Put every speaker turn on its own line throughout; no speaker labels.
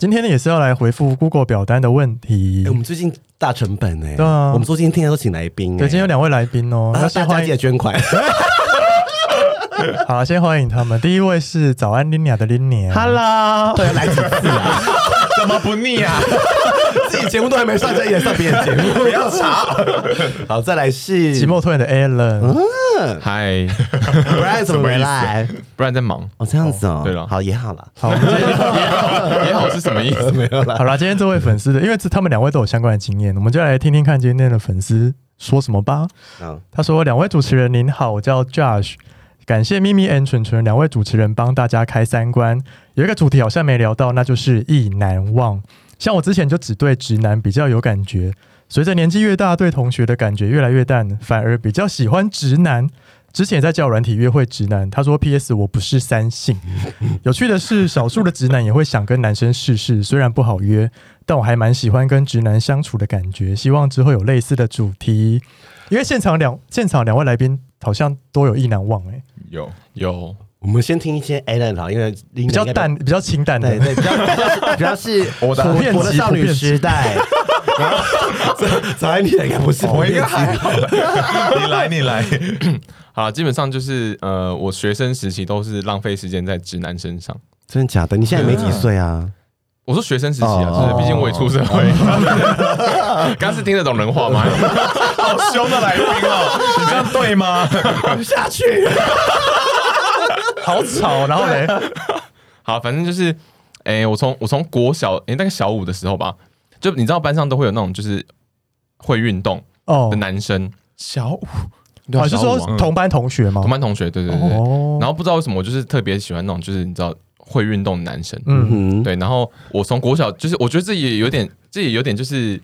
今天呢，也是要来回复 Google 表单的问题
哎、。我们最近大成本哎、
对啊
我们最近天天都请来宾、哎
对，今天有两位来宾哦，
啊
那
大
先
家
欢
记得
迎。
捐 款。
好，先欢迎他们。第一位是早安 Lina 的 Lina。
Hello，对，来自
怎么不腻啊？
自己节目都还没上，就也上别人节 目，不要吵。好，再来是
寂寞拖延的
嗯
Alan，
嗨，
不 然怎么回来？
不然在忙，
哦，这样子哦，
对了
好 也好了，
好，我们今 天
也好是什么意思？
没有啦。
好啦，今天这位粉丝的，因为这他们两位都有相关的经验，我们就来听听看今天的粉丝说什么吧。
嗯
他说：“两位主持人您好，我叫 Josh，感谢咪咪 and 纯纯两位主持人帮大家开三观。有一个主题好像没聊到，那就是意难忘。像我之前就只对直男比较有感觉，随着年纪越大，对同学的感觉越来越淡，反而比较喜欢直男。”之前也在交友软体约会直男，他说：“P.S. 我不是三性。”有趣的是，少数的直男也会想跟男生试试，虽然不好约，但我还蛮喜欢跟直男相处的感觉，希望之后有类似的主题。因为现场两现场两位来宾好像都有意难忘哎、
有有，
我们先听一些 Alan 好，因为比
比较，淡比较清淡
对
的，
对，比较比 较比较是
我的
我
普遍
我的
级
少
普
女
遍级
时代，
早安你应该不是
我应该还好。你来，你来。 好，基本上就是呃，我学生时期都是浪费时间在直男身上。
真的假的？你现在没几岁啊？
我说学生时期啊，
哦
就是毕竟我也出社会，刚是听得懂人话吗？ 好凶的来宾哦，你这样对吗？
下去。
好吵。然后嘞，
好，反正就是，哎、我从我从国小，哎、大概小五的时候吧，就你知道班上都会有那种就是会运动
哦
的，男生，小五，
好是说
小五啊
同班同学吗
同？班同学，对对对对
哦
然后不知道为什么，我就是特别喜欢那种就是你知道会运动的男生，
嗯，
嗯，
对。然后我从国小就是我觉得自己也有点，自己有点就是，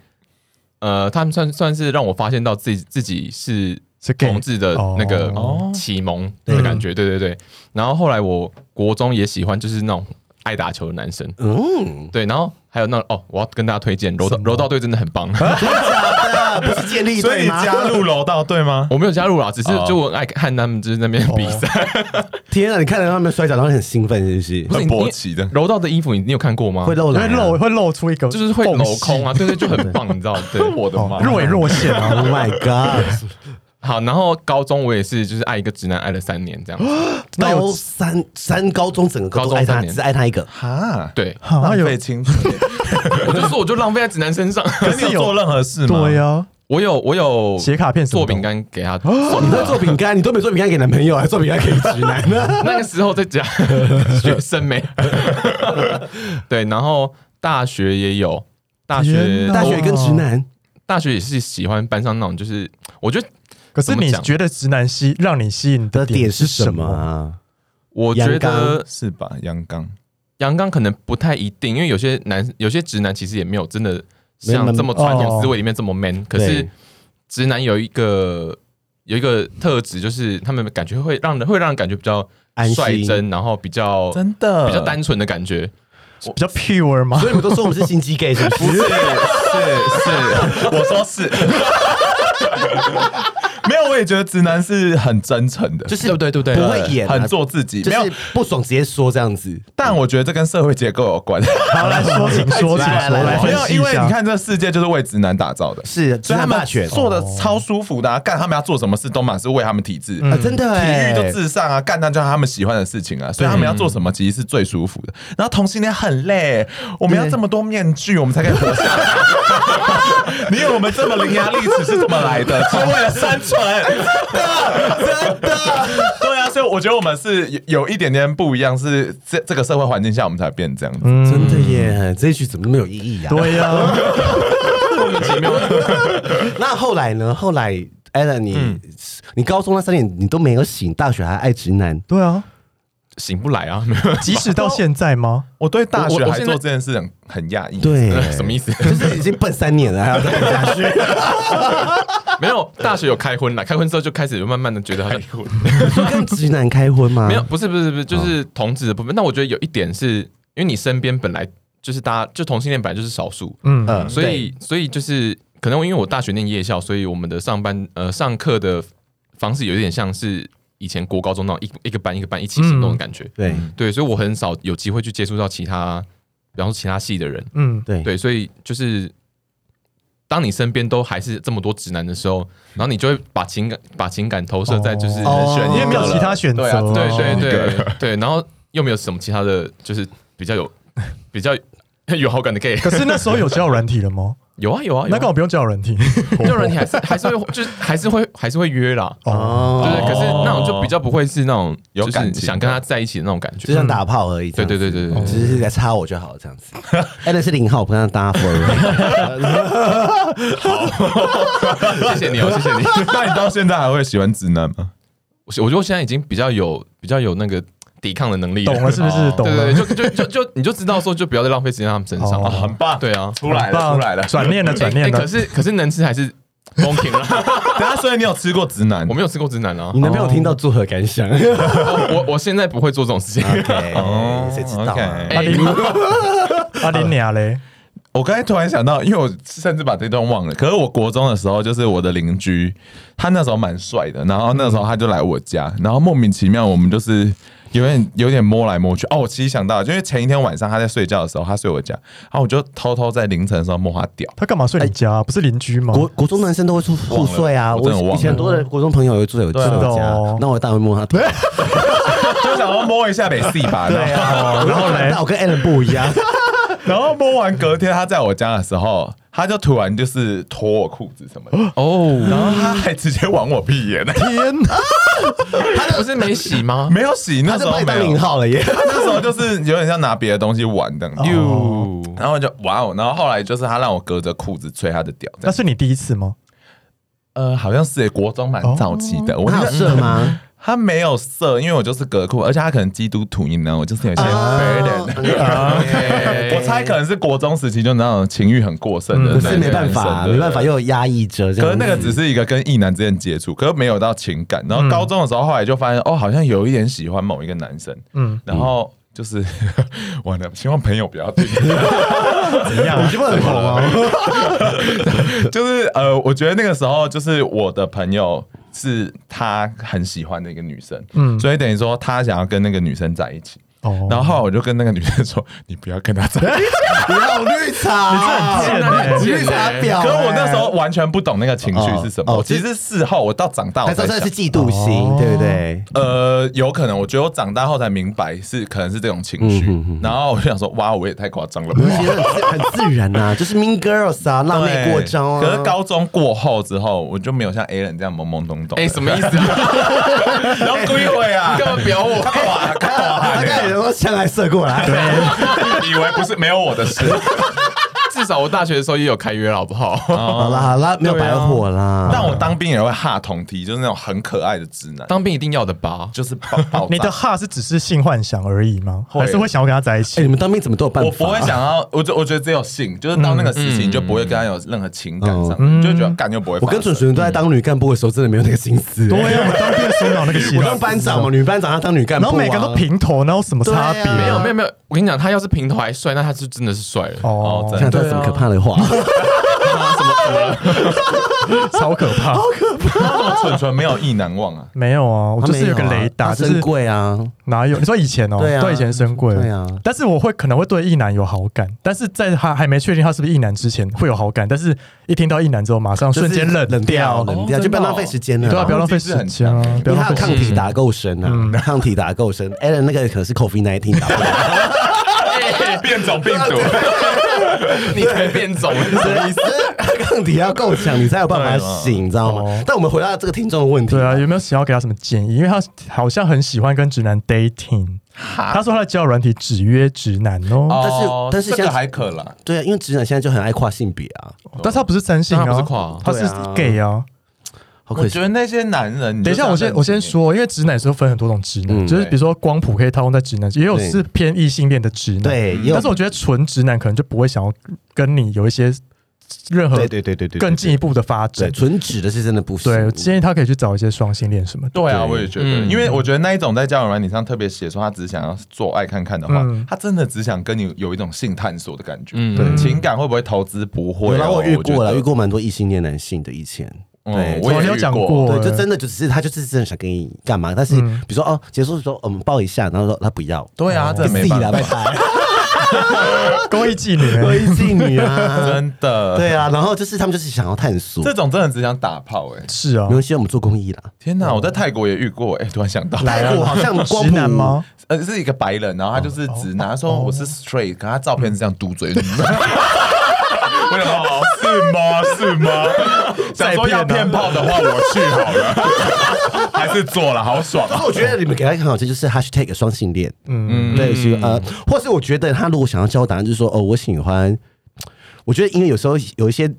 呃，他们算算是让我发现到自己自己是
是 gay
同志的那个
哦
启蒙的感觉，对对对。然后后来我国中也喜欢就是那种爱打球的男生，
嗯，
对。然后还有那哦，我要跟大家推荐柔
什
道
么
柔道队真的很棒。
啊
假的，不是建立
所以
对
你
吗？
加 入柔道队吗？
我没有加入啦，只是
哦
就我很爱看他们就是那边比赛。
天啊，你看着他们摔跤，然后很兴奋，是不是？
不是
很
你
勃起的，
柔道的衣服你你有看过吗？
会露
会
奶、
露。会露出一个
就是会
缝
镂
隙
空啊，对对，就很棒，你知道？对，我的
哦，若隐若现啊。
Oh my god！
好，然后高中我也是，就是爱一个直男，爱了三年这样子。
那有
高三三高中整个高中
高
爱
中三
他，
年
只爱他一个。
哈，
对，
好
浪
像有
费青春。
我就说我就浪费在直男身上。
可是你有做任何事吗？
对啊呀，
我有我有
写卡片什么
做
的
饼，干给他，
你会做饼干，你都没做饼干给男朋友，还做饼干给直男啊呢？
那个时候在家学生没。对，然后大学也有，大
天
学
哪
大学跟直男，
大学也是喜欢班上那种，就是我觉得
可是
怎么
你
讲
觉得直男吸让你吸引
的
的
点
是
是什么
么？
啊？
我觉
阳刚
得
是吧？阳刚，
阳刚可能不太一定，因为有些男有些直男其实也没有真的
没
像
有
这么传
哦
统思维里面这么 man，、可是
对
直男有一个有一个特质，就是他们感觉会让人会让人感觉比较
安
率
心
真，然后比较
真的
比较单纯的感觉，
比较 pure 吗？
所以你们都说我们是心机 gay 是不
是
是？
是，我说是。 没有，我也觉得直男是很真诚的，
就是
对不对？对不对？
不会演啊，
很做自己。
就
没有
是，不爽直接说这样子。
但我觉得这跟社会结构有关。
哦
好，来说，请说，请
来
说，
来
来
来
没
分
有，
析
因
一
为你
下。
看这世界就是为直男打造的，
是直
所以他
男
们
霸权
做的超舒服的啊，干他们要做什么事都满是为他们体制。
啊，真
嗯
的
体
哎，
欸
育就至上啊，干那就是他们喜欢的事情啊，所以他们要做什么其实是最舒服的。然后同性恋很累，我们要这么多面具，我们才可以活下来。 你以为我们这么伶牙俐齿是怎么来的？是为了生存，真的真的。对啊，所以我觉得我们是有有一点点不一样，是这这个社会环境下我们才变这样子。
真
嗯
的耶，这一句怎么那么有意义啊？
对呀，
那后来呢？后来
嗯
Alan，你你高中那三年你都没有醒，大学还爱直男，
对啊，
醒不来啊，没有
即使到现在吗？
我对大学
我我
还
现
做
在
这件事很很讶异。，
对，
什么意思？
就是已经笨三年了，还要再笨下去。
没有，大学有开荤了，开荤之后就开始慢慢的觉得好像
说跟直男开荤吗？
没有，，不是不是不是，就是同志的部分。那我觉得有一点是因为你身边本来就是大家就同性恋本来就是少数，
嗯，
嗯，
所以所以就是可能因为我大学念夜校，所以我们的上班呃上课的方式有一点像是以前国高中那种一一个班一个班一起行动的感觉。
对
对，所以我很少有机会去接触到其他，然后其他系的人。
嗯，
对
对，所以就是当你身边都还是这么多直男的时候，然后你就会把情感把情感投射在就是、
哦
选一个了
因为没有其他选择
对啊
对
哦
对
一
对对，然后又没有什么其他的就是比较有 比较有好感的 gay，
可是那时候有交友软体了吗？
有啊有啊，有
那
啊
个我不用交友软体
有人你还是还是会就是还是会还是会约啦。
哦。
哦，
对对，可是那种就比较不会是那种
有
就是
感情
想跟他在一起的那种感
就
觉。
像打炮而已。
嗯对对对对对对，
只是来插我就好了，这样 子。哎，那是零号，我不让大家 follow。
谢谢你哦，谢谢你。
那你到现在还会喜欢直男吗？
我我觉得我现在已经比较有比较有那个抵抗的能力了，
懂了是不是？懂
对
了
对，，就就就就你就知道说，就不要再浪费时间在他们身上。
哦
啊
很棒，
对啊，
出来
很
了，
棒
出来了。
转 念了，转念
欸
了
欸可。是可是能吃还是公平了。
等一下，所以你有吃过直男？
我没有吃过直男啊
你，男朋友听到作何感 想？OK，
我哦我我现在不会做这种事
啊
情。 哎
哦
谁知道啊
OK
阿林，阿啊林俩嘞，
我刚才突然想到，因为我甚至把这段忘了。可是我国中的时候，就是我的邻居，他那时候蛮帅的，然后那时候他就来我家，然后莫名其妙我们就是有点有点摸来摸去。哦，我其实想到，就因为前一天晚上他在睡觉的时候，他睡我家，然后我就偷偷在凌晨的时候摸他屌。
他干嘛睡你家啊？不是邻居吗？
国国中男生都会互互睡啊，
我真的忘了啊
我以前很多的国中朋友也会住在我住在我
真的
家
哦，
那我当然摸他头。
就想要摸一下北戏吧。
对 啊，
然后嘞
那我跟 Alan 不一样，
然后，然后摸完隔天他在我家的时候，他就突然就是脱我裤子什么的，
哦，
然后他还直接往我屁 眼，
天哪，
他不是没 洗吗？
没有洗， 那
他
时
就
候
把你当
没有
零。号了耶。
他那时候就是有点像拿别的东西玩这样子。
哟，
然后我就哇哦，然后后来就是他让我隔着裤子吹他的屌，这
那
样
是你第一次吗？
呃，好像是耶国中蛮早期的，我
他
哦那
有射吗？
他没有色，因为我就是隔裤，而且他可能基督徒，你呢，我就是有一些
啊
burden，、我啊猜可能是国中时期就那种情欲很过剩的，
嗯
可是没办法，没办法，
又。
又有压抑着这样子。
可是那个只是一个跟异男之间的接触，可是没有到情感。然后高中的时候，后来就发现、哦，好像有一点喜欢某一个男生，
嗯
嗯，然后就是 完了，希望朋友不要听。
怎样？
你不很红啊？
就是呃，我觉得那个时候就是我的朋友是他很喜欢的一个女生，
嗯
嗯，所以等于说他想要跟那个女生在一起。
哦
然后后来我就跟那个女生说：“你不要跟他在一起。
你好绿 茶，
你真的很
欸你
贱欸
绿茶”婊。
可是我那时候完全不懂那个情绪是什么。
哎哦哦
我其实事后我到长大我
还
才
说
想
这是，嫉妒
哦
心，对不对？
呃，有可能我觉得我长大后才明白是可能是这种情绪。然后我就想说：“哇，我也太夸张了吧
我！”觉得很自很自然啊呐，就是 Mean Girls 啊，辣妹过招啊。
对可是高中过后之后，我就没有像 A 人这样懵懵懂懂。
哎， 什么意思啊？
然后归位啊，
干嘛表我？哎
哇靠！
大概有人说枪还射过来，
以为不是没有我 的事。
至少我大学的时候也有开约了，好不好？
哦
好啦好啦，
啊
没有白火啦。
但我当兵也会哈同梯，就是那种很可爱的直男，
当兵一定要的吧？
就是爆 爆炸
你的哈是只是性幻想而已吗？
会
还是会想要跟他在一起
哎，？你们当兵怎么都有办法？
我不会想要，我就我觉得只有性，就是到那个时期
嗯
你就不会跟他有任何情感上，
嗯
你就觉得感觉不会发
我
生。
跟蠢蠢都在当女干部的时候，真的没有那个心思。
对啊，我当兵的时候哪有那个戏，
我当班长嘛，，女班长她当女干部
然
啊，
后每个都平头，然后什么差别？
对啊
没有没有没有，我跟你讲，他要是平头还帅，那他就真的是帅了。
哦
哦，真
想
的
到什么可怕的话？
啊超可怕。
蠢蠢没有意难忘啊。
没有啊，我
她
就
没
是
有
有个
啊
雷达，
她
就
珍
是
贵啊，
哪有？你说以前哦，
对啊
以前深贵，
对啊
但是我会可能会对异男有好感，但是在他还没确定他是不是异男之前会有好感，但是一听到异男之后，马上瞬间冷
冷掉，
对
冷掉，
哦
就不要
真的哦
浪费时间了。
啊，不要浪费时间
攻击
啊
性，
不要
因
浪
为他有
费时
抗
间。嗯
体打够深啊，抗体打够深。Alan 那个可是 COVID 1 9打 不了，
变种 病毒，
哎你才变种，
对抗体要够强，你才有办法醒，你知道吗
哦？
但我们回到这个听众的问题，
对啊，有没有想要给他什么建议？因为他好像很喜欢跟直男 dating，他
啊
说他的交友软体只约直男哦，
但是
哦
但是
这
现
个
在
还可啦。
对啊，因为直男现在就很爱跨性别啊，
哦但是他不是三性
他不
啊
是跨啊，
他是
对啊
gay 啊，
好
我
可惜
觉。得那些男人，你就
等一下，
这样
我先
认
我先
清，
说，因为直男是分很多种直男，
嗯
就是比如说光谱可以套用在直男，也有
对
是偏异性恋的直男。，
对，也有
但是我觉得纯直男可能就不会想要跟你有一些任何
对对对对对，
更进一步的发
对
展。
纯指的是真的不行。
对，我建议他可以去找一些双性恋什么的。
对啊，我也觉得，
嗯
因为我觉得那一种在交友软体上特别写说他只想要做爱看看的话，
嗯
他真的只想跟你有一种性探索的感觉。
嗯
对，情感会不会投资？不会、哦，
有啦，我遇过了，
觉得
遇。过蛮多异性恋男性的以前。
嗯
对，
我
哦
也
你有
遇
讲
过
过
对，就真的就只是他就是真的想跟你干嘛，但是
嗯
比如说哦，结束的时候我们抱一下，然后说他不要，
对啊，这
嗯
没
自己
办
来
法
拜，拜，
勾一妓女、欸，
微信女 啊，
真的。，
对啊，然后就是他们就是想要探索，
这种真的只想打炮哎、
是啊
没，关系，我们做公益啦。
天哪，我在泰国也遇过哎、突然想到，
泰国好像光
直
谱
男 吗？？
呃，是一个白人，然后他就是直男，他说我是 straight，可他照片是这样嘟嘴。我想说哦，是吗？是吗？ 想说要骗炮的话，我去好了，还是做了，好爽啊！
哦我觉得你们给他一个很好的就是 hashtag 双性恋，嗯，对，是呃，或是我觉得他如果想要教我答案，就是说哦，我喜欢，我觉得因为有时候有一些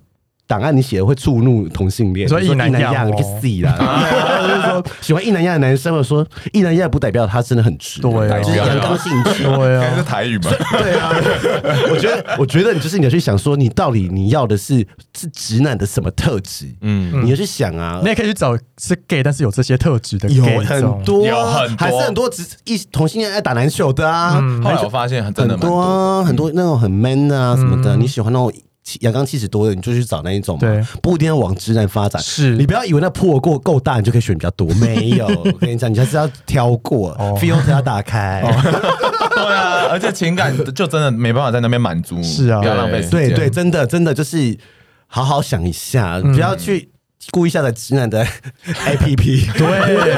档案你写的会触怒同性恋，
你说
比如
一男
一
一样
样，
哦
你可以 C 啦， 就是说喜欢一男一样的男生，我说一男一样不代表他真的很直，
对啊
就是阳刚性直。
对
应该是
啊，
台语吧？
对啊， 我觉得，我觉得你就是你要去想说，你到底你要的是是直男的什么特质？嗯，你要去想啊
你，也可以去找是 gay，但是有这些特质的 gay，
有
这种
很多啊，
有很多嗯
还是很多直一同性恋爱打篮球的啊，
后来我发现真的
很
蛮
多
多。嗯
啊，很多那种很 man 的啊什么的，你喜欢那种气阳刚气质多的，你就去找那一种嘛，
对
不一定要往直男发展。
是
你不要以为那破够够大，你就可以选比 较多，没有，我跟你讲，你还是要挑过，filter
哦
要打 开。
对啊，而且情感就真的没办法在那边满足，
是啊
不要浪费时间。
对对，真的真的就是好好想一下，
嗯
不要去故意下载直男的 APP。
对，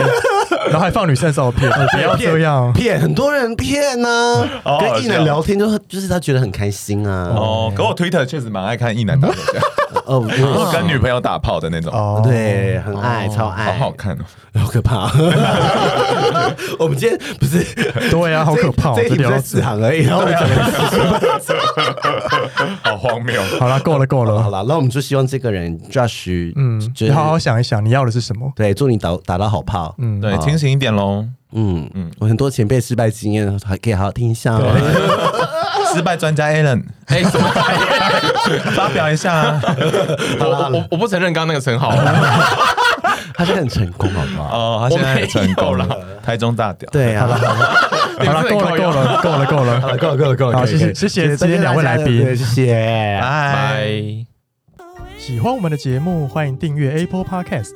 然后还放女生的照片，不要这样。
哦骗很多人骗呢、
好好笑
跟异男聊天就就是他觉得很开心啊。
啊哦，可我 Twitter 确实蛮爱看一男打手枪，
哦，
我
我
跟女朋友打炮的那种，
哦，
对，很爱，超
好
爱，
好看哦。
好可怕。 我们今天不是
对啊，好可怕哦！
这一
这
题不
聊
是
到
四
这，
行而已，然后 我们讲了四行
好荒谬。
好了，够了，够
好
了，
了，那我们就希望这个人 Josh，
嗯
嗯，就
你
是
好好想一想，你要的是什么？
对，祝你打打到好炮，嗯
对，清醒一点喽。
嗯嗯，我很多前辈失败经验，还可以好好听一下哦。
失败专家 Alan
哎，什么？
发表一下啊。
我我我我不承认刚刚那个称号，
他是很成功， 好啊不好？
哦，他现在也成功了，台中大屌。
对
好
啊，
了，够了，够了，够了，够了。
够了，够了，够了
好谢谢谢谢今天两位来宾
对谢谢，
拜。
拜。
喜欢我们的节目，欢迎订阅 Apple Podcast，